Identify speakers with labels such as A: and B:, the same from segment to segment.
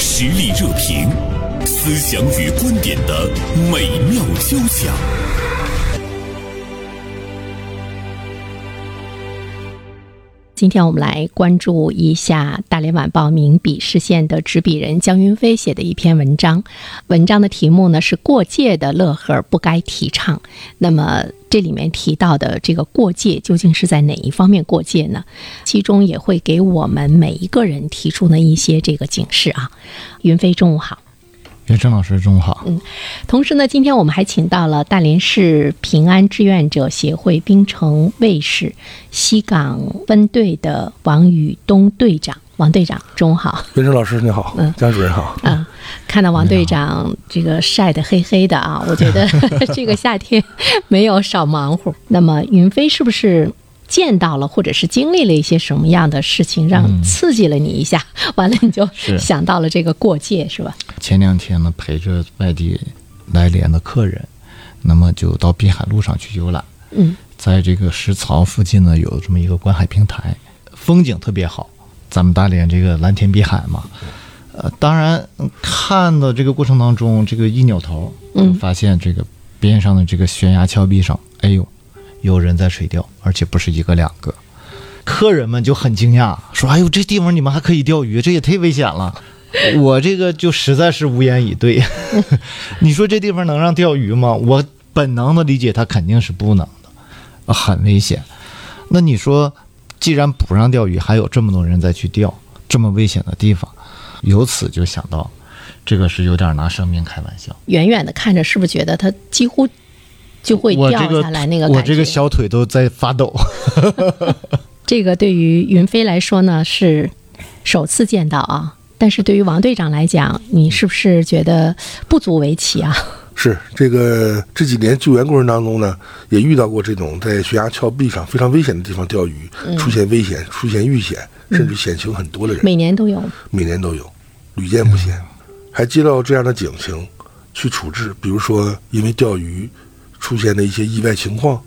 A: 实力热评，思想与观点的美妙交响。
B: 今天我们来关注一下《大连晚报》名笔视线的执笔人江云飞写的一篇文章，文章的题目呢是“过界的乐呵不该提倡”。那么这里面提到的这个过界究竟是在哪一方面过界呢？其中也会给我们每一个人提出呢一些这个警示啊。云飞，中午好。
C: 袁正老师，中午好。
B: 同时呢，今天我们还请到了大连市平安志愿者协会槟城卫士西港分队的王宇东队长。王队长，中午好。
D: 袁正老师你好，江主任好。
B: 啊，看到王队长这个晒得黑黑的啊，我觉得 这个夏天没有少忙 活。那么云飞是不是见到了或者是经历了一些什么样的事情，让
D: 嗯
B: 刺激了你一下？完了你就是想到了这个过界是吧？
C: 前两天呢，陪着外地来连的客人，那么就到滨海路上去游览。
B: 嗯，
C: 在这个石槽附近呢，有这么一个观海平台，风景特别好。咱们大连这个蓝天碧海嘛，呃，当然嗯看的这个过程当中，这个一扭头，
B: 嗯
C: 发现这个边上的这个悬崖峭壁上，哎呦，有人在垂钓，而且不是一个两个。客人们就很惊讶，说：“哎呦，这地方你们还可以钓鱼，这也太危险了。”我这个就实在是无言以对。 你说这地方能让钓鱼吗？我本能的理解，它肯定是不能的，啊很危险。那你说，既然不让钓鱼，还有这么多人再去钓，这么危险的地方，由此就想到，这个是有点拿生命开玩笑。
B: 远远的看着，是不是觉得它几乎就会
C: 我
B: 掉
C: 这个
B: 下来那个感觉？
C: 我这个小腿都在发 抖。
B: 这个对于云飞来说呢是首次见到啊，但是对于王队长来讲，你是不是觉得不足为奇啊？
D: 是这个这几年救援过程当中呢，也遇到过这种在悬崖峭壁上非常危险的地方钓鱼，出现危险、出现遇险，甚至险情很多的人，
B: 嗯每年都有，
D: 每年都有，屡见不鲜。还接到这样的警情去处置，比如说因为钓鱼出现的一些意外情况，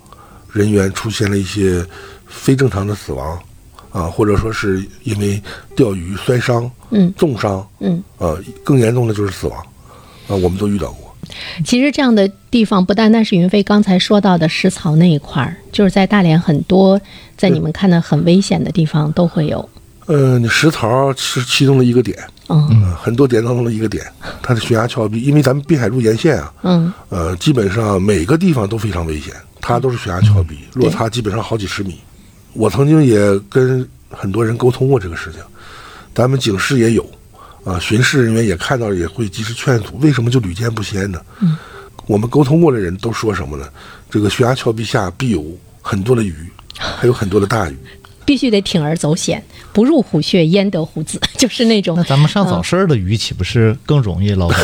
D: 人员出现了一些非正常的死亡，啊，或者说是因为钓鱼摔伤、
B: 嗯
D: 重伤，
B: 嗯。
D: 呃，更严重的就是死亡，啊，我们都遇到过。
B: 其实这样的地方不单单是云飞刚才说到的石槽那一块儿，就是在大连很多在你们看到很危险的地方都会有。
D: 呃，你石槽是其中的一个点，
B: 嗯
D: 呃，很多点当中的一个点，它的悬崖峭壁，因为咱们滨海路沿线啊，
B: 嗯
D: 呃，基本上每个地方都非常危险，它都是悬崖峭壁，落差基本上好几十米。我曾经也跟很多人沟通过这个事情，咱们警示也有，啊，巡视人员也看到，也会及时劝阻。为什么就屡见不鲜呢？嗯，我们沟通过的人都说什么呢？这个悬崖峭壁下必有很多的鱼，还有很多的大鱼。
B: 必须得铤而走险，不入虎穴焉得虎子， 就是那种
C: 那咱们上
B: 嗯
C: 早市儿的鱼岂不是更容易捞到？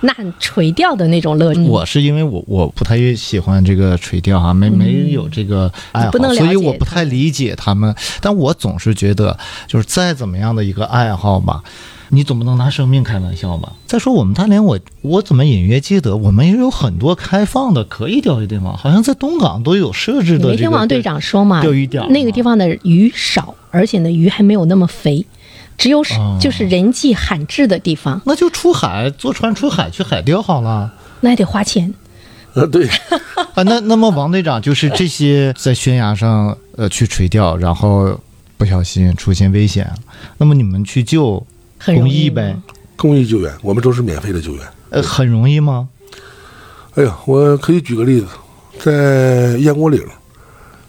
B: 那垂钓的那种乐趣。
C: 我是因为我我不太喜欢这个垂钓哈、没没有这个爱好，
B: 不能了解
C: 所以嗯我不太理解他们。但我总是觉得，就是再怎么样的一个爱好吧，你总不能拿生命开玩笑吧？再说我们大连，我我怎么隐约记得，我们也有很多开放的可以钓鱼地方，好像在东港都有设置
B: 你
C: 的、这个。
B: 没听王队长说嘛？
C: 钓鱼啊点儿
B: 那个地方的鱼少，而且呢鱼还没有那么肥，只有是、
C: 哦
B: 就是人迹罕至的地方，
C: 那就出海坐船出海去海钓好了。
B: 那还得花钱。
D: 呃，对，
C: 啊，那那么王队长就是这些在悬崖上呃去垂钓，然后不小心出现危险，那么你们去救
B: 很容
C: 公
B: 易
C: 益呗？
D: 公益救援，我们都是免费的救援。
C: 呃，很容易吗？
D: 哎呀，我可以举个例子，在燕窝岭，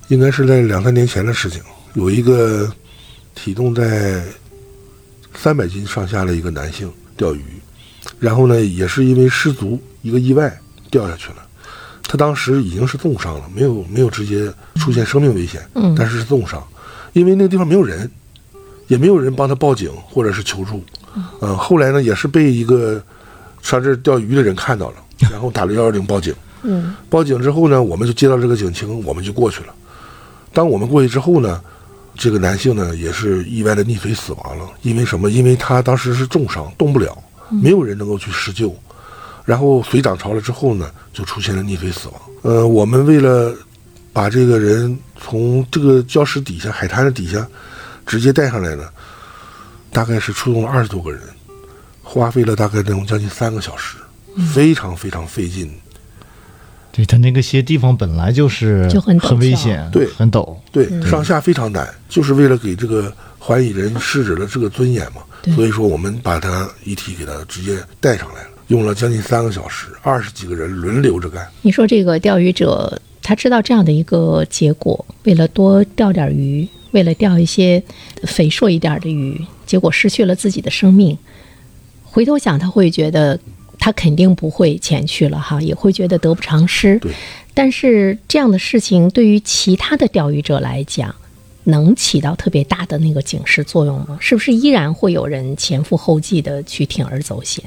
D: 应该是在两三年前的事情，有一个体重在三百斤上下的一个男性钓鱼，然后呢，也是因为失足一个意外掉下去了。他当时已经是重伤了，没有没有直接出现生命危险，
B: 嗯
D: 但是是重伤，因为那个地方没有人，也没有人帮他报警或者是求助。嗯，后来呢，也是被一个上这儿钓鱼的人看到了，然后打了幺幺零报警。
B: 嗯
D: 报警之后呢，我们就接到这个警情，我们就过去了。当我们过去之后呢，这个男性呢也是意外的溺水死亡了。因为什么？因为他当时是重伤，动不了，没有人能够去施救。然后水涨潮了之后呢，就出现了溺水死亡。呃，我们为了把这个人从这个礁石底下、海滩的底下直接带上来呢，大概是出动了二十多个人，花费了大概能将近三个小时，
B: 嗯
D: 非常非常费劲。
C: 对他那个些地方本来就是
B: 就很陡
C: 很危险，
D: 对
C: 很陡。
D: 对，
B: 嗯
D: 上下非常难，就是为了给这个怀疑人逝者的这个尊严嘛
B: 对。
D: 所以说，我们把他遗体给他直接带上来了，用了将近三个小时，二十几个人轮流着干。
B: 你说这个钓鱼者，他知道这样的一个结果，为了多钓点鱼，为了钓一些肥硕一点的鱼，结果失去了自己的生命。回头想，他会觉得他肯定不会前去了哈，也会觉得得不偿失
D: 对。
B: 但是这样的事情对于其他的钓鱼者来讲，能起到特别大的那个警示作用吗？是不是依然会有人前赴后继的去铤而走险？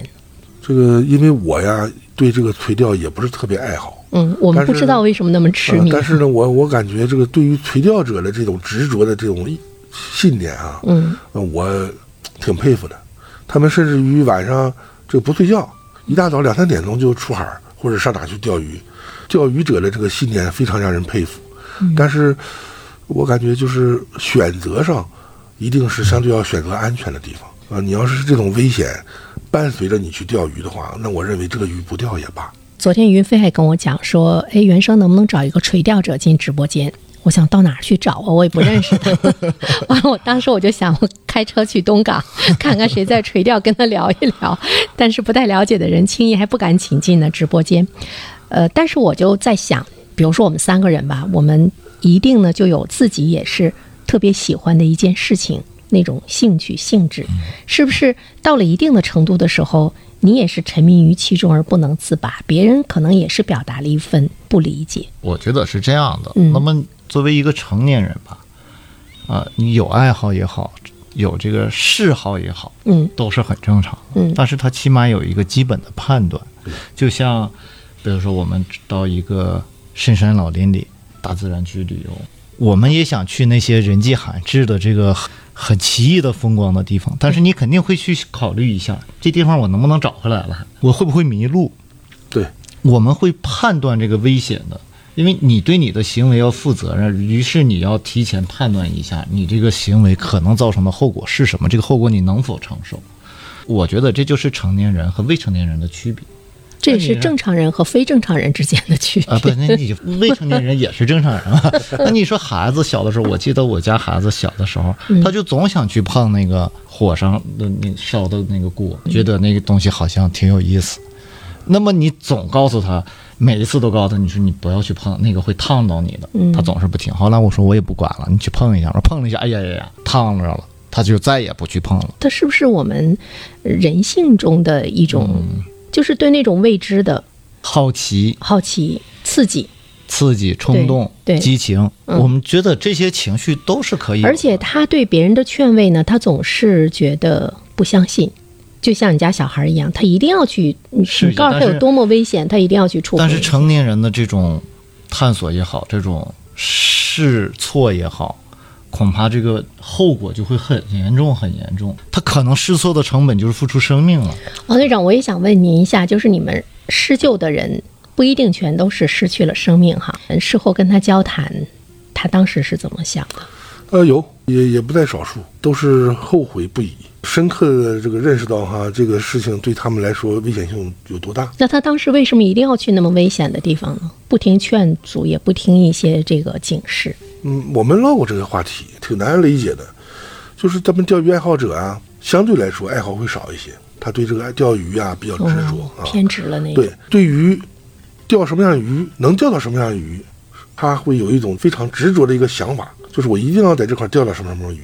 D: 这个，因为我呀对这个垂钓也不是特别爱好，
B: 嗯，我们
D: 但
B: 不
D: 是
B: 知道为什么那么痴
D: 呃
B: 迷。
D: 但是呢，我我感觉这个对于垂钓者的这种执着的这种信念啊，
B: 嗯，
D: 呃我挺佩服的。他们甚至于晚上这不睡觉，一大早两三点钟就出海儿或者上哪去钓鱼。钓鱼者的这个信念非常让人佩服，但是我感觉就是选择上一定是相对要选择安全的地方啊、你要是这种危险伴随着你去钓鱼的话，那我认为这个鱼不钓也罢。
B: 昨天云飞还跟我讲说，哎，袁生能不能找一个垂钓者进直播间？我想到哪儿去找啊？我也不认识他。 完了，我当时我就想，我开车去东港 看看谁在垂钓，跟他聊一聊。 但是不太了解的人，轻易还不敢请进呢直播间。呃，但是我就在想，比如说我们三个人吧，我们一定呢就有自己也是特别喜欢的一件事情，那种兴趣性质，
C: 嗯
B: 是不是到了一定的程度的时候，你也是沉迷于其中而不能自拔？别人可能也是表达了一份不理解，
C: 我觉得是这样的。
B: 嗯
C: 那么作为一个成年人吧，啊、你有爱好也好，有这个嗜好也好，
B: 嗯
C: 都是很正常的。
B: 嗯
C: 但是他起码有一个基本的判断，就像比如说我们到一个深山老林里、大自然去旅游，我们也想去那些人迹罕至的这个很很奇异的风光的地方，但是你肯定会去考虑一下，这地方我能不能找回来了，我会不会迷路？
D: 对，
C: 我们会判断这个危险的，因为你对你的行为要负责任，于是你要提前判断一下你这个行为可能造成的后果是什么，这个后果你能否承受。我觉得这就是成年人和未成年人的区别
B: 这也是正常人和非正常人之间的区别。
C: 啊！不，那你未成年人也是正常人啊。那你说孩子小的时候，我记得我家孩子小的时候，
B: 嗯
C: 他就总想去碰那个火上的那烧的那个锅，觉得那个东西好像挺有意思。那么你总告诉他，每一次都告诉他，你说你不要去碰那个会烫到你的，
B: 嗯
C: 他总是不听。后来我说我也不管了，你去碰一下吧，碰了一下，哎呀呀呀，烫着了，他就再也不去碰了。
B: 它是不是我们人性中的一种，
C: 嗯
B: 就是对那种未知的
C: 好奇、
B: 好奇、刺激？
C: 刺激、冲动、
B: 对对嗯
C: 激情，我们觉得这些情绪都是可以有的，
B: 而且他对别人的劝慰呢，他总是觉得不相信，就像你家小孩一样，他一定要去，你
C: 是
B: 你告诉他
C: 但是
B: 有多么危险，他一定要去触碰。
C: 但是成年人的这种探索也好，这种试错也好，恐怕这个后果就会很严重，很严重。他可能试错的成本就是付出生命了。
B: 王队长，我也想问您一下，就是你们施救的人不一定全都是失去了生命哈，事后跟他交谈，他当时是怎么想的？
D: 呃，有也也不在少数，都是后悔不已，深刻的这个认识到哈，这个事情对他们来说危险性有多大。
B: 那他当时为什么一定要去那么危险的地方呢？不听劝阻，也不听一些这个警示。
D: 嗯，我们唠过这个话题，挺难理解的，就是咱们钓鱼爱好者啊，相对来说爱好会少一些，他对这个钓鱼啊比较执着、
B: 哦，
D: 啊，
B: 偏执了那种。
D: 对，对于钓什么样的鱼，能钓到什么样的鱼，他会有一种非常执着的一个想法，就是我一定要在这块钓到什么什么鱼。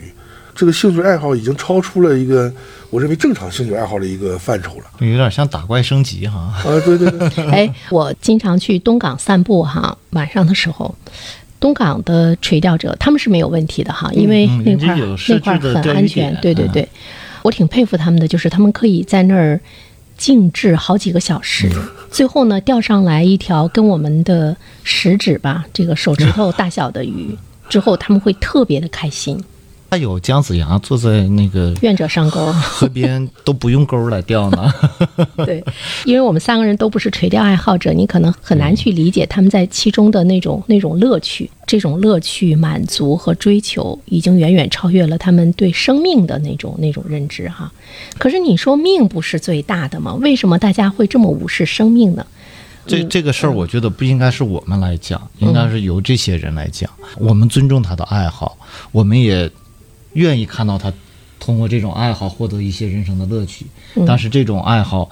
D: 这个兴趣爱好已经超出了一个我认为正常兴趣爱好的一个范畴了
C: 有点像打怪升级哈，
D: 啊！对对对，
B: 哎，我经常去东港散步哈，晚上的时候，东港的垂钓者他们是没有问题的哈，因为
C: 嗯
B: 那
C: 人家
B: 块儿、
C: 有设
B: 那
C: 置
B: 块儿
C: 的
B: 很
C: 钓鱼
B: 安全
C: 点，
B: 对对
C: 嗯
B: 对。我挺佩服他们的，就是他们可以在那儿静置好几个小时，
C: 嗯
B: 最后呢钓上来一条跟我们的食指吧，这个手指头大小的鱼，之后他们会特别的开心。
C: 还有姜子牙坐在那个
B: 愿者上钩。
C: 河边 都不用钩来钓呢。
B: 对，因为我们三个人都不是垂钓爱好者，你可能很难去理解他们在其中的那种那种乐趣，这种乐趣、满足和追求，已经远远超越了他们对生命的那种那种认知哈。可是你说命不是最大的吗？为什么大家会这么无视生命呢？
C: 这这个事儿，我觉得不应该是我们来讲，应该是由这些人来讲。我们尊重他的爱好，我们也愿意看到他通过这种爱好获得一些人生的乐趣。但是这种爱好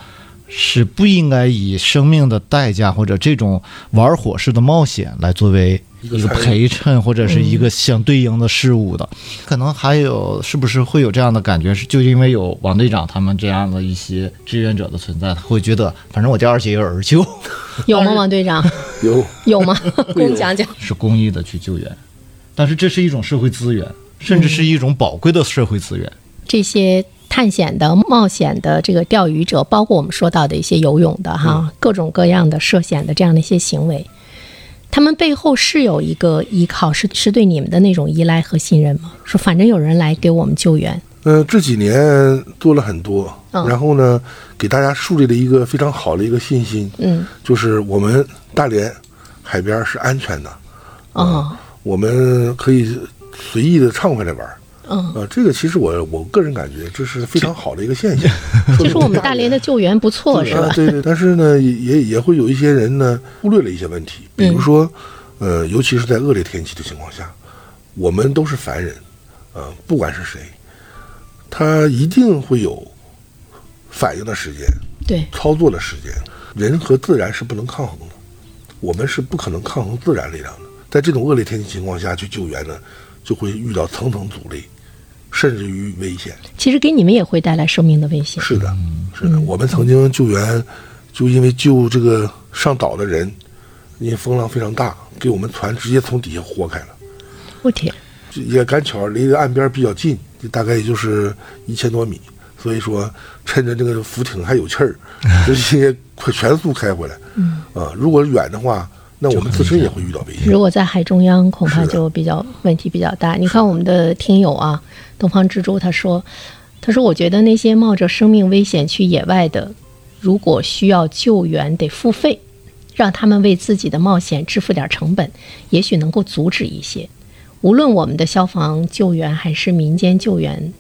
C: 是不应该以生命的代价或者这种玩火式的冒险来作为
D: 一个
C: 一个
D: 参
C: 陪
D: 与
C: 衬或者是一个相对应的事物的。可能还有是不是会有这样的感觉？是就因为有王队长他们这样的一些志愿者的存在，他会觉得反正我家二姐有儿救。
B: 有吗，王队长？
D: 有
B: 有吗？ 给我们讲讲。
C: 是公益的去救援，但是这是一种社会资源，甚至是一种宝贵的社会资源。
B: 这些探险的、冒险的这个钓鱼者，包括我们说到的一些游泳的哈，各种各样的涉险的这样的一些行为，他们背后是有一个依靠，是是对你们的那种依赖和信任吗？说反正有人来给我们救援，
D: 呃，这几年做了很多，
B: 嗯
D: 然后呢，给大家树立了一个非常好的一个信心，
B: 嗯，
D: 就是我们大连海边是安全的，
B: 哦，
D: 我们可以随意的畅快的玩儿。
B: 嗯，
D: 呃，这个其实我我个人感觉这是非常好的一个 现象，说
B: 就是
D: 明
B: 我们大连的救援嗯不错，是吧
D: 啊？？对对，但是呢，也也也会有一些人呢忽略了一些问题，
B: 嗯
D: 比如说，呃，尤其是在恶劣天气的情况下，我们都是凡人，呃，不管是谁，他一定会有反应的时间，
B: 对，
D: 操作的时间，人和自然是不能抗衡的，我们是不可能抗衡自然力量的。在这种恶劣天气情况下去救援呢，就会遇到层层阻力，甚至于危险。
B: 其实给你们也会带来生命的危险。
D: 是的，是的，我们曾经救援，就因为救这个上岛的人，因为风浪非常大，给我们船直接从底下豁开了。
B: 我天，
D: 这也赶巧离着岸边比较近，就大概也就是一千多米，所以说趁着这个浮艇还有气儿，直接快全速开回来。嗯，啊，如果远的话，那我们自身也会遇到危险。
B: 如果在海中央，恐怕
D: 是的
B: 就比较问题比较大。你看我们的听友啊，东方蜘蛛他说，他说我觉得那些冒着生命危险去野外的，如果需要救援得付费，让他们为自己的冒险支付点成本，也许能够阻止一些。无论我们的消防救援还是民间救援，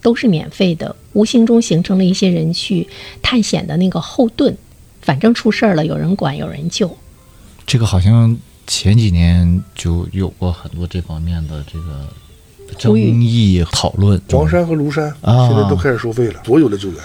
B: 都是免费的，无形中形成了一些人去探险的那个后盾。反正出事儿了，有人管，有人救。
C: 这个好像前几年就有过很多这方面的这个
B: 呼
C: 争
B: 吁
C: 议讨论。
D: 黄山和庐山
C: 啊
D: 现在都开始收费了，所有的救援。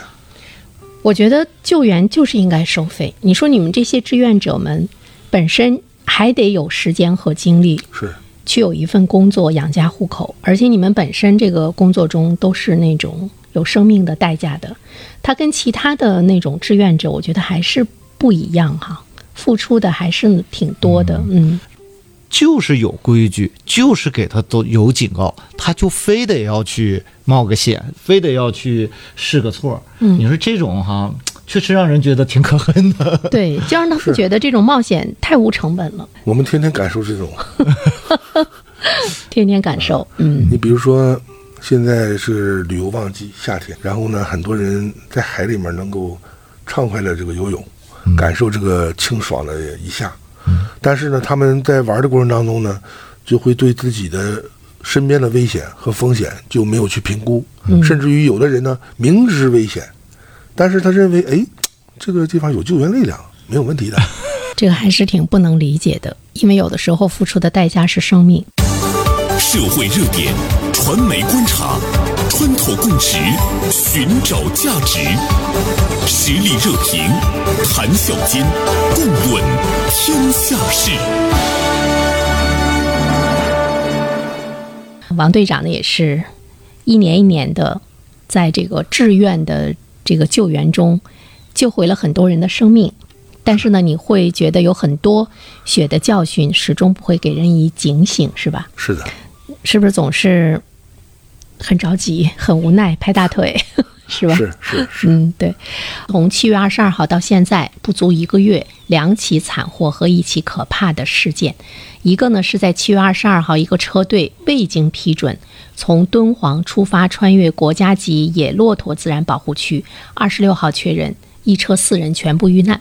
B: 我觉得救援就是应该收费。你说你们这些志愿者们本身还得有时间和精力
D: 是，
B: 去有一份工作养家糊口，而且你们本身这个工作中都是那种有生命的代价的，它跟其他的那种志愿者，我觉得还是不一样哈、付出的还是挺多的，嗯
C: 就是有规矩，就是给他都有警告，他就非得要去冒个险，非得要去试个错。嗯，你说这种哈，确实让人觉得挺可恨的。
B: 对，就让他们觉得这种冒险太无成本了，
D: 我们天天感受这种。
B: 天天感受，嗯，
D: 你比如说，现在是旅游旺季，夏天，然后呢，很多人在海里面能够畅快的这个游泳，感受这个清爽的一下。但是呢，他们在玩的过程当中呢，就会对自己的身边的危险和风险就没有去评估，甚至于有的人呢，明知危险，但是他认为，哎，这个地方有救援力量，没有问题的。
B: 这个还是挺不能理解的，因为有的时候付出的代价是生命。
A: 社会热点，传媒观察，穿透共识，寻找价值，实力热评，谈笑间，共论天下事。
B: 王队长呢，也是一年一年的在这个志愿的这个救援中救回了很多人的生命。但是呢，你会觉得有很多血的教训始终不会给人以警醒，是吧？
D: 是的，
B: 是不是总是很着急、很无奈，拍大腿？ 是吧？
D: 是是是，
B: 嗯，对，从七月二十二号到现在不足一个月，两起惨祸和一起可怕的事件。一个呢是在七月二十二号，一个车队未经批准从敦煌出发，穿越国家级野骆驼自然保护区，二十六号确认一车四人全部遇难。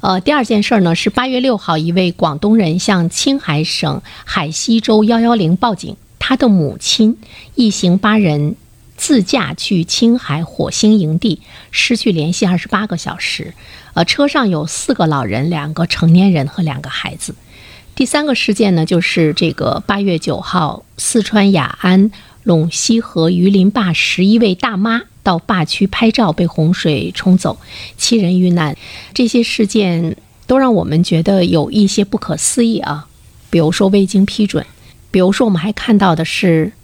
B: 呃，第二件事儿呢是八月六号，一位广东人向青海省海西州幺幺零报警，他的母亲一行八人自驾去青海火星营地，失去联系二十八个小时。呃，车上有四个老人、两个成年人和两个孩子。第三个事件呢，就是这个八月九号，四川雅安陇西河榆林坝十一位大妈到坝区拍照被洪水冲走，七人遇难。这些事件都让我们觉得有一些不可思议啊，比如说未经批准，比如说我们还看到的是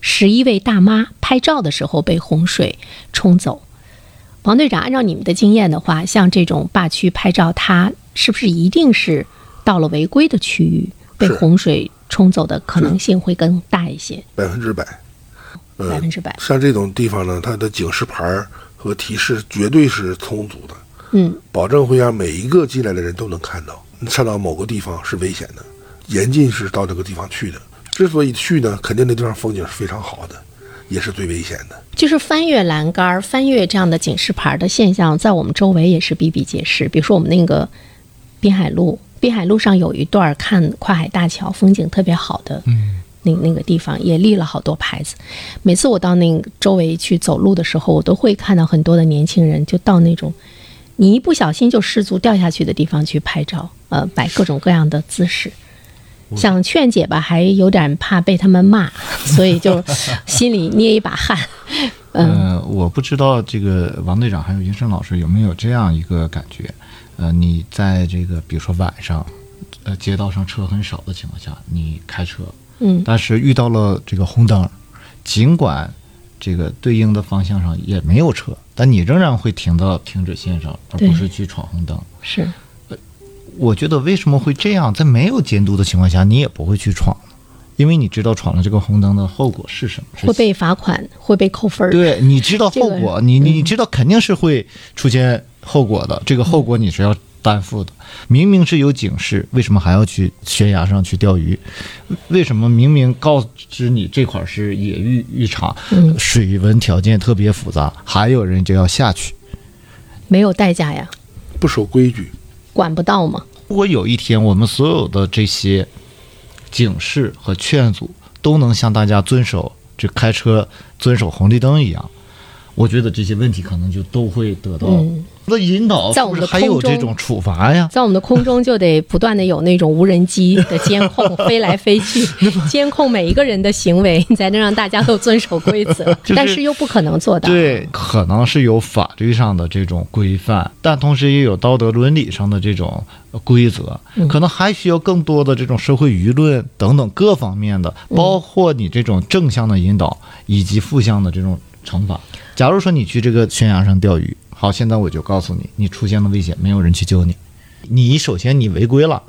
B: 十一位大妈拍照的时候被洪水冲走。王队长，按照你们的经验的话，像这种坝区拍照，它是不是一定是到了违规的区域，被
D: 是
B: 洪水冲走的可能性会更大一些？
D: 百分之百。嗯
B: 百分之百。
D: 像这种地方呢，它的警示牌儿和提示绝对是充足的，
B: 嗯，
D: 保证会让每一个进来的人都能看到，上到某个地方是危险的，严禁是到这个地方去的。之所以去呢，肯定那地方风景是非常好的，也是最危险的。
B: 就是翻越栏杆儿、翻越这样的警示牌儿的现象，在我们周围也是比比皆是。比如说我们那个滨海路，滨海路上有一段儿看跨海大桥风景特别好的，那那个地方也立了好多牌子。每次我到那个周围去走路的时候，我都会看到很多的年轻人就到那种你一不小心就失足掉下去的地方去拍照，呃，摆各种各样的姿势。想劝解吧，还有点怕被他们骂，所以就心里捏一把汗。
C: 嗯、我不知道这个王队长还有云生老师有没有这样一个感觉，呃，你在这个比如说晚上，呃，街道上车很少的情况下，你开车，
B: 嗯
C: 但是遇到了这个红灯，尽管这个对应的方向上也没有车，但你仍然会停到停止线上，而
B: 对
C: 不是去闯红灯。
B: 是，
C: 我觉得为什么会这样，在没有监督的情况下，你也不会去闯呢因为你知道闯了这个红灯的后果是什么，是
B: 会被罚款，会被扣分儿。
C: 对，你知道
B: 这个嗯
C: 后果，你你知道肯定是会出现后果的，这个后果你是要担负的。明明是有警示，为什么还要去悬崖上去钓鱼？为什么明明告知你这块儿是野浴浴场，
B: 嗯
C: 水文条件特别复杂，还有人就要下去？
B: 没有代价呀，
D: 不守规矩，
B: 管不到嘛。
C: 如果有一天我们所有的这些警示和劝阻都能像大家遵守这开车遵守红绿灯一样，我觉得这些问题可能就都会得到
B: 嗯
C: 那引导，
B: 在我们的
C: 是不是还有
B: 空中
C: 这种处罚呀？
B: 在我们的空中就得不断的有那种无人机的监 控，飞来飞去，监控每一个人的行为，你才能让大家都遵守规则。
C: 就是
B: 但是又不可能做到。
C: 对，可能是有法律上的这种规范，但同时也有道德伦理上的这种呃规则，
B: 嗯
C: 可能还需要更多的这种社会舆论等等各方面的，
B: 嗯
C: 包括你这种正向的引导以及负向的这种惩罚。假如说你去这个悬崖上钓鱼，好，现在我就告诉你，你出现了危险，没有人去救你，你首先你违规了。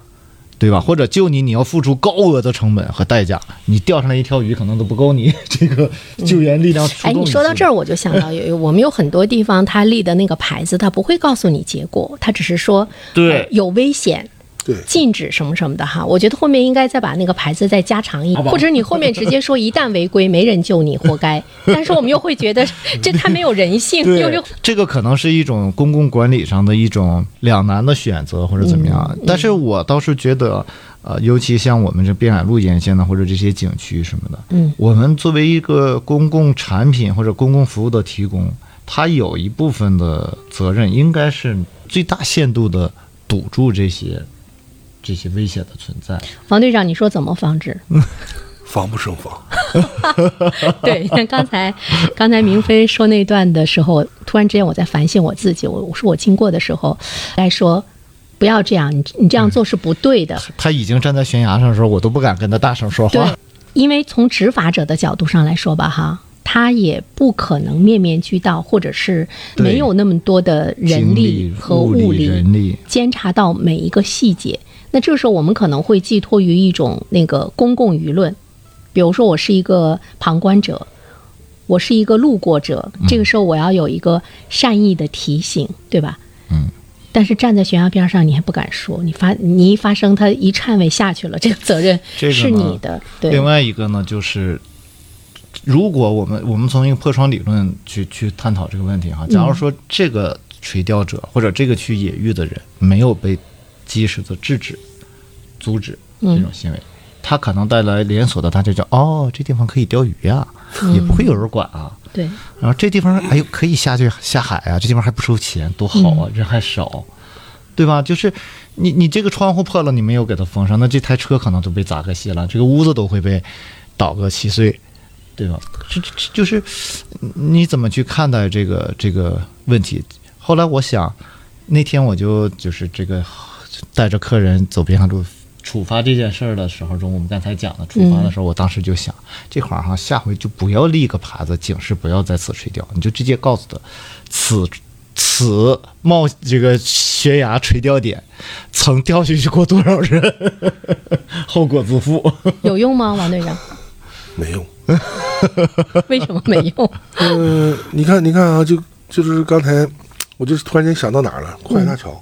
C: 对吧？或者救你，你要付出高额的成本和代价。你钓上来一条鱼，可能都不够你这个救援力量出动
B: 哎，
C: 一次的。
B: 你说到这儿，我就想到有我们有很多地方，它立的那个牌子，它不会告诉你结果，它只是说
C: 对
B: 呃有危险，
D: 对，
B: 禁止什么什么的哈，我觉得后面应该再把那个牌子再加长一点，或者你后面直接说一旦违规没人救你，活该。但是我们又会觉得这太没有人性，又是
C: 这个可能是一种公共管理上的一种两难的选择，或者怎么样。
B: 嗯
C: 但是我倒是觉得，呃，尤其像我们这滨海路沿线的，或者这些景区什么的，
B: 嗯，
C: 我们作为一个公共产品或者公共服务的提供，它有一部分的责任应该是最大限度的堵住这些这些危险的存在。
B: 王队长，你说怎么防止？
D: 防不胜防。
B: 对，像刚才刚才明飞说那段的时候，突然之间我在反省我自己，我我说我经过的时候该说。不要这样，你你这样做是不对的。
C: 他已经站在悬崖上的时候，我都不敢跟他大声说
B: 对
C: 话。，
B: 因为从执法者的角度上来说吧，哈，他也不可能面面俱到，或者是
C: 对
B: 没有那么多的人
C: 精
B: 力
C: 力
B: 和
C: 物
B: 物
C: 力人力
B: 监察到每一个细节。那这时候我们可能会寄托于一种那个公共舆论，比如说我是一个旁观者，我是一个路过者，
C: 嗯
B: 这个时候我要有一个善意的提醒，对吧？
C: 嗯。
B: 但是站在悬崖边上，你还不敢说，你发你一发声，他一颤巍下去了，这个责任
C: 这个
B: 是
C: 呢
B: 你的。对
C: 另，外一个呢，就是如果我们我们从一个破窗理论去去探讨这个问题哈，假如说这个垂钓者或者这个去野域的人没有被及时的制止、阻止这种行为，他可能带来连锁的，大家就哦，这地方可以钓鱼呀、也不会有人管啊。
B: 对，
C: 然后这地方哎呦可以下去下海啊，这地方还不收钱，多好啊，人还少，对吧？就是你你这个窗户破了，你没有给它封上，那这台车可能都被砸个稀烂，这个屋子都会被倒个稀碎，对吧？这这这就是你怎么去看待这个这个问题？后来我想，那天我就就是这个带着客人走滨海路。处罚这件事儿的时候，中我们刚才讲的处罚的时候，我当时就想，这块儿哈，下回就不要立个牌子警示不要在此垂钓，你就直接告诉他，此此冒这个悬崖垂钓点，曾掉下去过多少人， 后果自负。
B: 有用吗，王队 长？
D: 没用。
B: 为什么没用？
D: 呃，你看，你看啊，就就是刚才，我就突然间想到哪儿了？跨海大桥，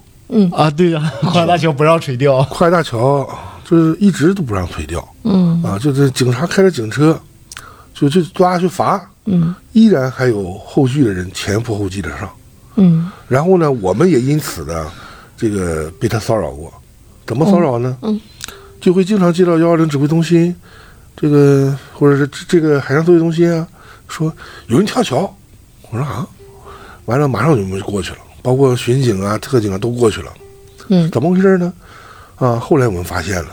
C: 啊，对呀、跨大桥不让垂钓。
D: 跨海大桥啊就是一直都不让推掉，
B: 嗯
D: 啊，就是警察开着警车，就去抓去罚，
B: 嗯
D: 依然还有后续的人前仆后继的上。
B: 嗯
D: 然后呢，我们也因此呢，这个被他骚扰过。怎么骚扰呢？
B: 嗯嗯
D: 就会经常接到幺二零指挥中心，这个或者是这这个海上作业中心啊，说有人跳桥。我说啊，完了马上我们就过去了，包括巡警啊、特警啊都过去了。
B: 嗯
D: 怎么回事呢？啊，后来我们发现了，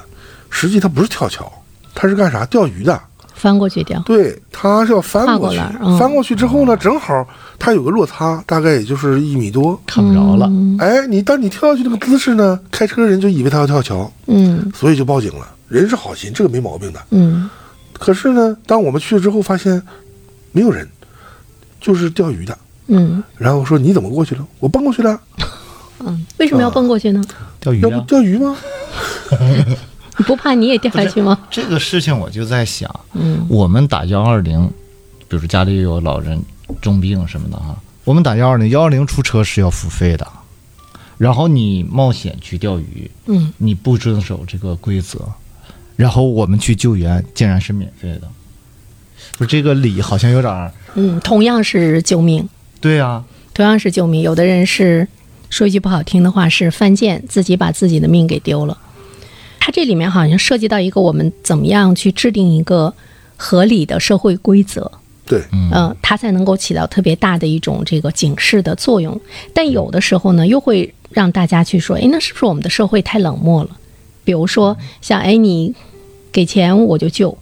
D: 实际他不是跳桥，他是干啥？钓鱼的。
B: 翻过去掉。
D: 对，他是要翻
B: 跨
D: 过
B: 过
D: 去
B: 来，嗯
D: 翻过去之后呢，正好它有个落差，大概也就是一米多。
C: 看不着了，
D: 哎，你当你跳下去那个姿势呢，开车人就以为他要跳桥，
B: 嗯
D: 所以就报警了。人是好心，这个没毛病的。
B: 嗯
D: 可是呢，当我们去了之后，发现没有人，就是钓鱼的。
B: 嗯
D: 然后我说你怎么过去了？我蹦过去了，啊
B: 嗯，为什么
C: 啊
B: 要蹦过去呢？
C: 钓鱼
D: 要不
C: 啊。
D: 钓鱼吗？
B: 你不怕你也掉下去吗？
C: 这个事情我就在想，
B: 嗯
C: 我们打幺二零，比如家里有老人重病什么的哈，我们打幺二零，幺二零出车是要付费的。然后你冒险去钓鱼，
B: 嗯
C: 你不遵守这个规则，然后我们去救援竟然是免费的，不是这个理好像有点儿
B: 嗯，同样是救命，
C: 对啊，
B: 同样是救命，有的人是说一句不好听的话是犯贱，自己把自己的命给丢了。它这里面好像涉及到一个我们怎么样去制定一个合理的社会规则，
D: 对，
B: 嗯、它才能够起到特别大的一种这个警示的作用。但有的时候呢，又会让大家去说，诶，那是不是我们的社会太冷漠了？比如说像，诶，你给钱我就救，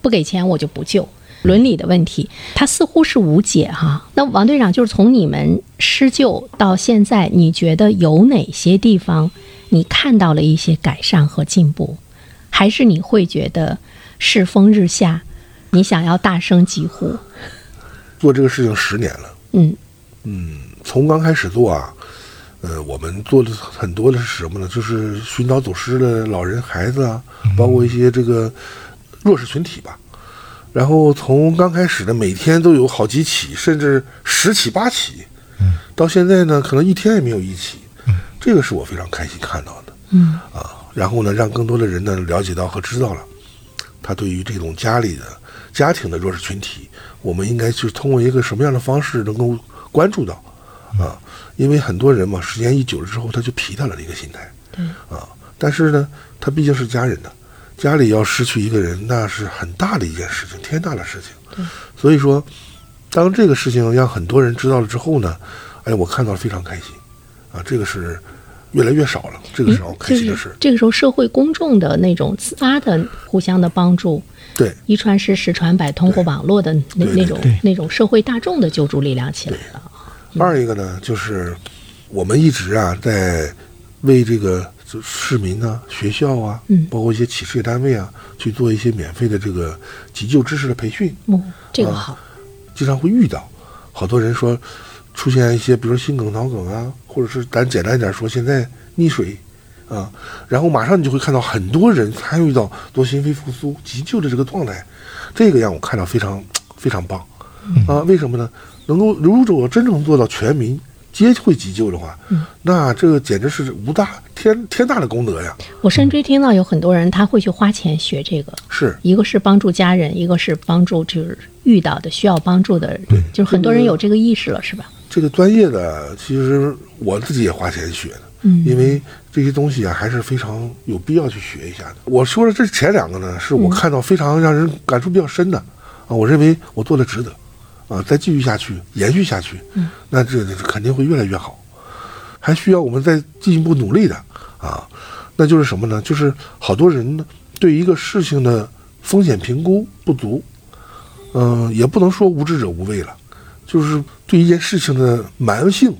B: 不给钱我就不救。伦理的问题，它似乎是无解哈、那王队长，就是从你们施救到现在，你觉得有哪些地方你看到了一些改善和进步，还是你会觉得世风日下，你想要大声疾呼？
D: 做这个事情十年了。
B: 嗯
D: 从刚开始做啊，呃，我们做的很多的是什么呢？就是寻找走失的老人、孩子啊，包括一些这个弱势群体吧。然后从刚开始的每天都有好几起，甚至十起八起，到现在呢，可能一天也没有一起。这个是我非常开心看到的。
B: 嗯
D: 啊，然后呢，让更多的人呢了解到和知道了，他对于这种家里的家庭的弱势群体，我们应该去通过一个什么样的方式能够关注到啊？因为很多人嘛，时间一久了之后，他就疲态了的一个心态。
B: 对
D: 啊，但是呢，他毕竟是家人的，家里要失去一个人，那是很大的一件事情，天大的事情。所以说，当这个事情让很多人知道了之后呢，哎，我看到了非常开心啊，这个是越来越少了，这个是让我开
B: 就
D: 心的事
B: 是。这个时候社会公众的那种自发的互相的帮助，
D: 对，
B: 一传十，十传百，通过网络的那
D: 对
B: 那种
C: 对
B: 那种社会大众的救助力量起来了。
D: 二一个呢，就是我们一直啊在为这个就市民啊、学校啊，
B: 嗯
D: 包括一些企事业单位啊，去做一些免费的这个急救知识的培训，
B: 哦，这个
D: 啊
B: 好，
D: 经常会遇到好多人说出现一些，比如心梗、脑梗啊，或者是咱简单一点说，现在溺水啊，然后马上你就会看到很多人参与到做心肺复苏急救的这个状态，这个让我看到非常非常棒。啊，为什么呢？能够如果真正做到全民皆会急救的话，那这个简直是无大天天大的功德呀！
B: 我甚至于听到有很多人他会去花钱学这个，
D: 是
B: 一个是帮助家人，一个是帮助就是遇到的需要帮助的人，就是很多人有这个意识了，是吧？
D: 这个专业的，其实我自己也花钱学的，
B: 嗯
D: 因为这些东西啊还是非常有必要去学一下的。我说的这前两个呢，是我看到非常让人感触比较深的，啊，我认为我做的值得，啊，再继续下去，延续下去，那这这肯定会越来越好。还需要我们再进一步努力的啊，那就是什么呢？就是好多人呢对一个事情的风险评估不足，嗯、也不能说无知者无畏了，就是对一件事情的蛮性，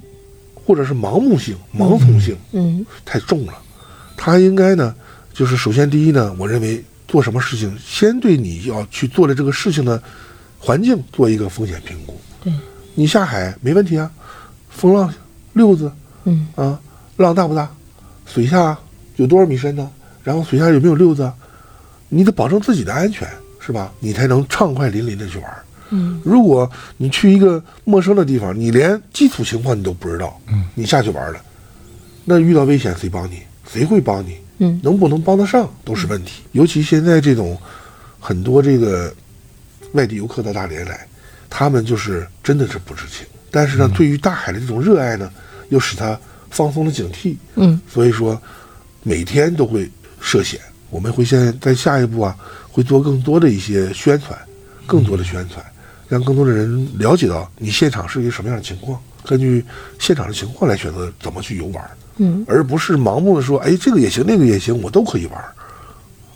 D: 或者是盲目性、盲从性
B: 嗯
D: 太重了。他应该呢，就是首先第一呢，我认为做什么事情，先对你要去做的这个事情的环境做一个风险评估。
B: 对，
D: 你下海没问题啊，风浪、溜子
B: 嗯
D: 啊，浪大不大，水下有多少米深呢？然后水下有没有溜子啊？你得保证自己的安全，是吧？你才能畅快淋漓的去玩儿。
B: 嗯，
D: 如果你去一个陌生的地方，你连基础情况你都不知道，嗯，你下去玩了，那遇到危险谁帮你？谁会帮你？
B: 嗯
D: 能不能帮得上都是问题。尤其现在这种很多这个外地游客到大连来，他们就是真的是不知情，但是
B: 嗯
D: 呢，对于大海的这种热爱呢，又使他放松了警惕，
B: 嗯
D: 所以说每天都会涉险。我们会现在在下一步啊，会做更多的一些宣传，更多的宣传，让更多的人了解到你现场是一个什么样的情况，根据现场的情况来选择怎么去游玩，
B: 嗯，
D: 而不是盲目的说，哎，这个也行，那个也行，我都可以玩。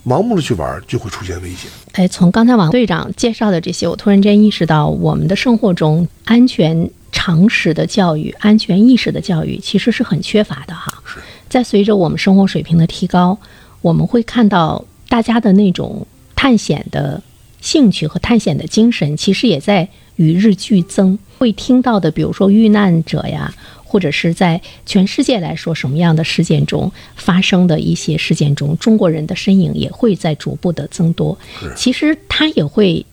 D: 盲目的去玩就会出现危险。
B: 哎，从刚才王队长介绍的这些，我突然间意识到，我们的生活中安全常识的教育、安全意识的教育其实是很缺乏的哈。在随着我们生活水平的提高，我们会看到大家的那种探险的兴趣和探险的精神，其实也在与日俱增。会听到的，比如说遇难者呀，或者是在全世界来说什么样的事件中发生的一些事件中，中国人的身影也会在逐步的增多。其实它也会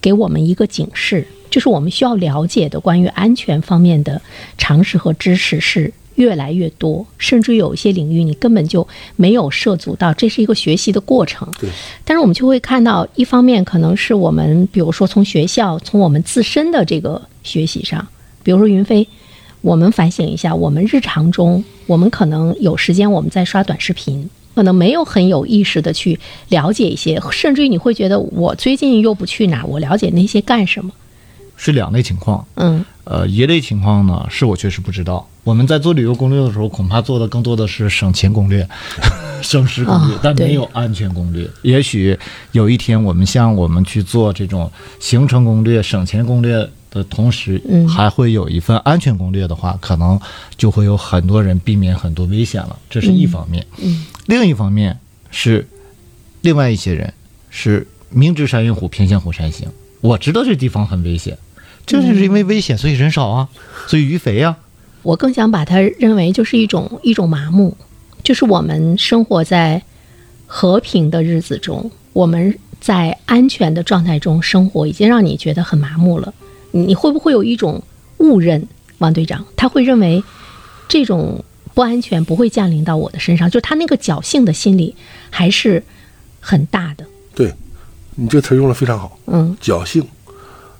B: 给我们一个警示，就是我们需要了解的关于安全方面的常识和知识是越来越多，甚至有一些领域你根本就没有涉足到，这是一个学习的过程。
D: 对，
B: 但是我们就会看到，一方面可能是我们，比如说从学校，从我们自身的这个学习上，比如说云飞，我们反省一下，我们日常中，我们可能有时间我们在刷短视频，可能没有很有意识的去了解一些，甚至于你会觉得我最近又不去哪儿，我了解那些干什么？
C: 是两类情况。
B: 嗯
C: 呃，一类情况呢，是我确实不知道。我们在做旅游攻略的时候，恐怕做的更多的是省钱攻略、 省时攻略
B: 啊，
C: 但
B: 对
C: 没有安全攻略。也许有一天，我们像我们去做这种行程攻略、省钱攻略的同时
B: 嗯，
C: 还会有一份安全攻略的话，可能就会有很多人避免很多危险了。这是一方面。
B: 嗯
C: 另一方面是，另外一些人是明知山有虎，偏向虎山行。我知道这地方很危险，正是因为危险，所以人少啊，所以鱼肥啊。
B: 我更想把它认为就是一种一种麻木，就是我们生活在和平的日子中，我们在安全的状态中生活，已经让你觉得很麻木了。你你会不会有一种误认，王队长？他会认为这种不安全不会降临到我的身上，就他那个侥幸的心理还是很大的。
D: 对你这个词儿用的非常好，
B: 嗯
D: 侥幸。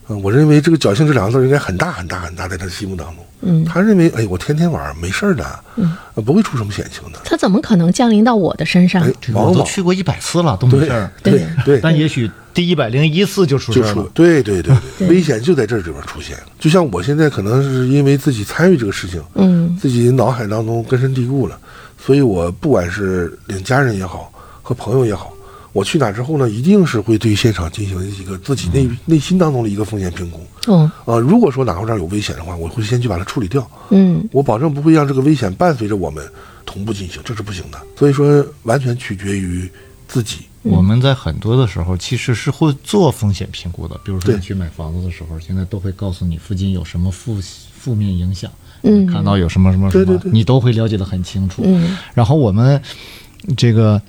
D: 嗯，我认为这个“侥幸”这两个字儿应该很大很大很大，在他心目当中。
B: 嗯，
D: 他认为，哎，我天天玩儿没事儿的，嗯，不会出什么险情的。
B: 他怎么可能降临到我的身上
D: 哎？，往
C: 我都
D: 往
C: 去过一百次了，都没
D: 对
C: 事儿。
D: 对对，
C: 但也许第一百零一次就出事
D: 就
C: 儿
D: 出
C: 了。
D: 对对对，对危险就在这里边出现了。就像我现在可能是因为自己参与这个事情，
B: 嗯
D: 自己脑海当中根深蒂固了，所以我不管是领家人也好，和朋友也好，我去哪之后呢，一定是会对现场进行一个自己内
C: 嗯
D: 内心当中的一个风险评估。
B: 哦
D: 啊，如果说哪块儿有危险的话，我会先去把它处理掉。
B: 嗯
D: 我保证不会让这个危险伴随着我们同步进行，这是不行的。所以说，完全取决于自己。
C: 我们在很多的时候其实是会做风险评估的，比如说
D: 对
C: 你去买房子的时候，现在都会告诉你附近有什么负负面影响，
B: 嗯
C: 你看到有什么什么什
D: 对嗯
C: 么，
D: 对对
C: 你都会了解的很清楚。
B: 嗯
C: 然后我们这个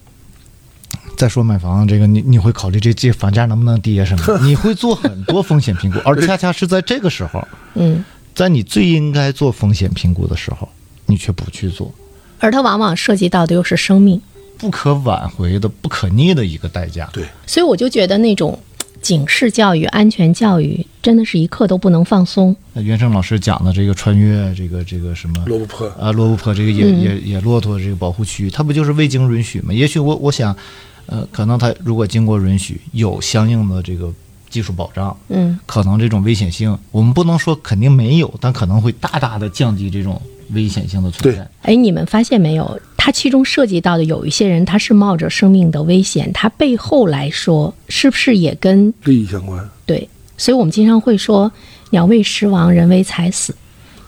C: 再说买房这个，你你会考虑这这房价能不能跌什 么？你会做很多风险评估，而恰恰是在这个时候，
B: 嗯，
C: 在你最应该做风险评估的时候，你却不去做，
B: 而它往往涉及到的又是生命，
C: 不可挽回的、不可逆的一个代价。
D: 对，
B: 所以我就觉得那种警示教育、安全教育真的是一刻都不能放松。
C: 那袁胜老师讲的这个穿越，这个这个什么
D: 罗布泊
C: 啊，罗布泊这个野野野骆驼这个保护区，它不就是未经允许吗？也许我我想，呃，可能它如果经过允许，有相应的这个技术保障，
B: 嗯，
C: 可能这种危险性，我们不能说肯定没有，但可能会大大的降低这种危险性的存在。
B: 哎，你们发现没有？它其中涉及到的有一些人，他是冒着生命的危险，他背后来说是不是也跟
D: 利益相关。
B: 对？所以我们经常会说“鸟为食亡，人为财死”，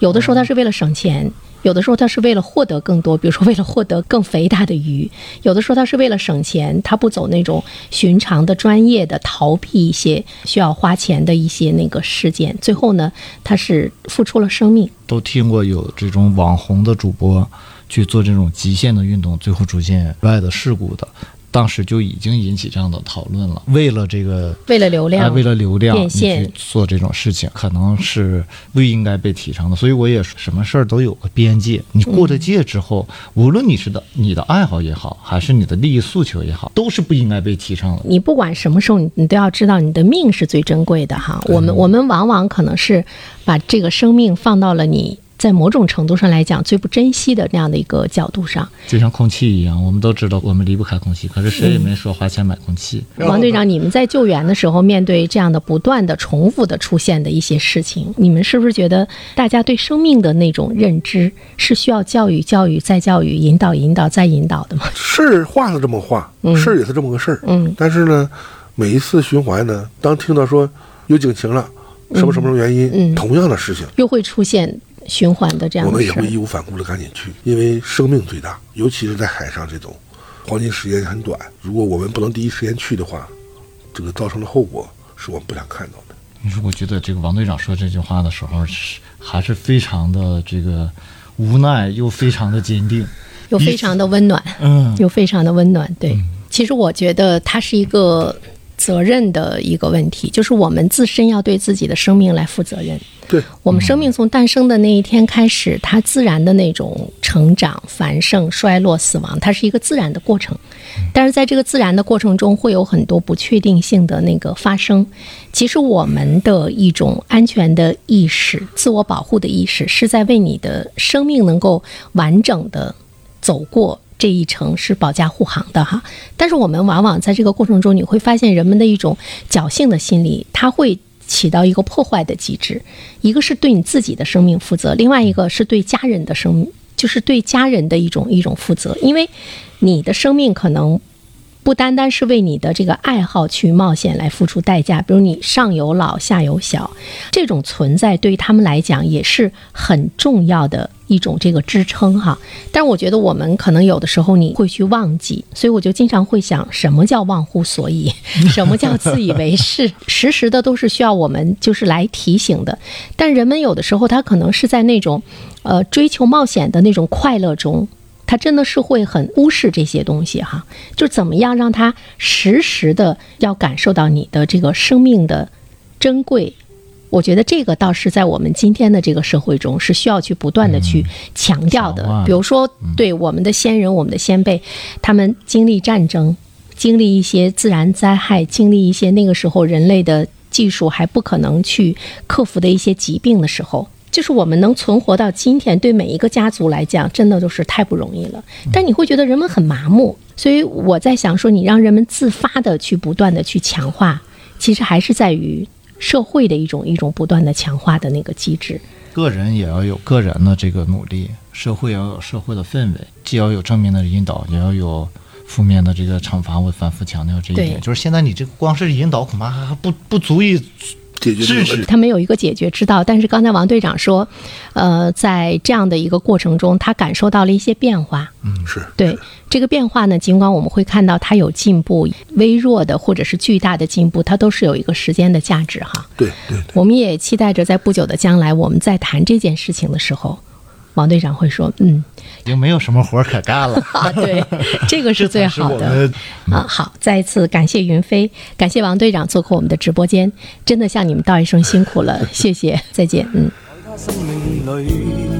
B: 有的时候
C: 嗯
B: 他是为了省钱。有的时候他是为了获得更多，比如说为了获得更肥大的鱼；有的时候他是为了省钱，他不走那种寻常的、专业的，逃避一些需要花钱的一些那个事件。最后呢，他是付出了生命。
C: 都听过有这种网红的主播去做这种极限的运动，最后出现意外的事故的，当时就已经引起这样的讨论了。为了这个
B: 为了流量
C: 哎为了流量，
B: 变
C: 你
B: 现
C: 去做这种事情，可能是不应该被提倡的。所以我也说，什么事儿都有个边界，你过了界之后，无论你是的你的爱好也好，还是你的利益诉求也好，都是不应该被提倡的。
B: 你不管什么时候，你你都要知道你的命是最珍贵的哈。我们我们往往可能是把这个生命放到了你在某种程度上来讲最不珍惜的那样的一个角度上。
C: 就像空气一样，我们都知道我们离不开空气，可是谁也没说花钱买空气。
B: 王队长，你们在救援的时候，面对这样的不断的重复的出现的一些事情，你们是不是觉得大家对生命的那种认知是需要教育、教育再教育、引导、引导再引导的吗？
D: 事儿话是这么话，事儿也是这么个事儿。
B: 嗯
D: 但是呢，每一次循环呢，当听到说有警情了，什么什么什么原因，
B: 嗯
D: 同样的事情，
B: 又会出现循环的这样
D: 我
B: 的
D: 们也
B: 事儿
D: 会。义无反顾的赶紧去，因为生命最大，尤其是在海上这种黄金时间很短，如果我们不能第一时间去的话，这个造成的后果是我们不想看到的。
C: 你说，我觉得这个王队长说这句话的时候，是还是非常的这个无奈又非常的坚定。
B: 又非常的温暖，
C: 嗯
B: 又非常的温暖。对，其实我觉得它是一个责任的一个问题，就是我们自身要对自己的生命来负责任。
D: 对，
B: 我们生命从诞生的那一天开始，它自然的那种成长、繁盛、衰落、死亡，它是一个自然的过程。但是在这个自然的过程中，会有很多不确定性的那个发生。其实我们的一种安全的意识、自我保护的意识，是在为你的生命能够完整的走过这一程是保驾护航的哈。但是我们往往在这个过程中，你会发现人们的一种侥幸的心理，它会起到一个破坏的机制。一个是对你自己的生命负责，另外一个是对家人的生命，就是对家人的一种一种负责，因为你的生命可能不单单是为你的这个爱好去冒险来付出代价，比如你上有老下有小，这种存在对于他们来讲也是很重要的一种这个支撑哈。但是我觉得我们可能有的时候你会去忘记，所以我就经常会想，什么叫忘乎所以， 什么叫自以为是，时时的都是需要我们就是来提醒的。但人们有的时候他可能是在那种，呃，追求冒险的那种快乐中，他真的是会很忽视这些东西哈，就怎么样让他实时的要感受到你的这个生命的珍贵。我觉得这个倒是在我们今天的这个社会中是需要去不断的去强调的。
C: 强化的
B: 比如说，对我们的先人、我们的先辈，他们经历战争，经历一些自然灾害，经历一些那个时候人类的技术还不可能去克服的一些疾病的时候，就是我们能存活到今天，对每一个家族来讲，真的都是太不容易了。但你会觉得人们很麻木，所以我在想说，你让人们自发的去不断的去强化，其实还是在于社会的一种一种不断的强化的那个机制。
C: 个人也要有个人的这个努力，社会要有社会的氛围，既要有正面的引导，也要有负面的这个惩罚。我反复强调这一
B: 对
C: 点，就是现在你这个光是引导，恐怕还不不足以
D: 解决这个
C: 制
D: 问题
C: 止。
B: 他没有一个解决之道。但是刚才王队长说，呃，在这样的一个过程中，他感受到了一些变化。
C: 嗯
D: 是
B: 对这个变化呢，尽管我们会看到它有进步，微弱的或者是巨大的进步，它都是有一个时间的价值哈。
D: 对对对，
B: 我们也期待着在不久的将来，我们在谈这件事情的时候，王队长会说：“嗯，
C: 已经没有什么活儿可干了。
B: 啊，对， 这个是最
C: 这才是
B: 好
C: 我
B: 的。
C: 们
B: 啊，好，再一次感谢云飞，感谢王队长做客我们的直播间，真的向你们道一声辛苦了，谢谢，再见，嗯。
E: 生命里，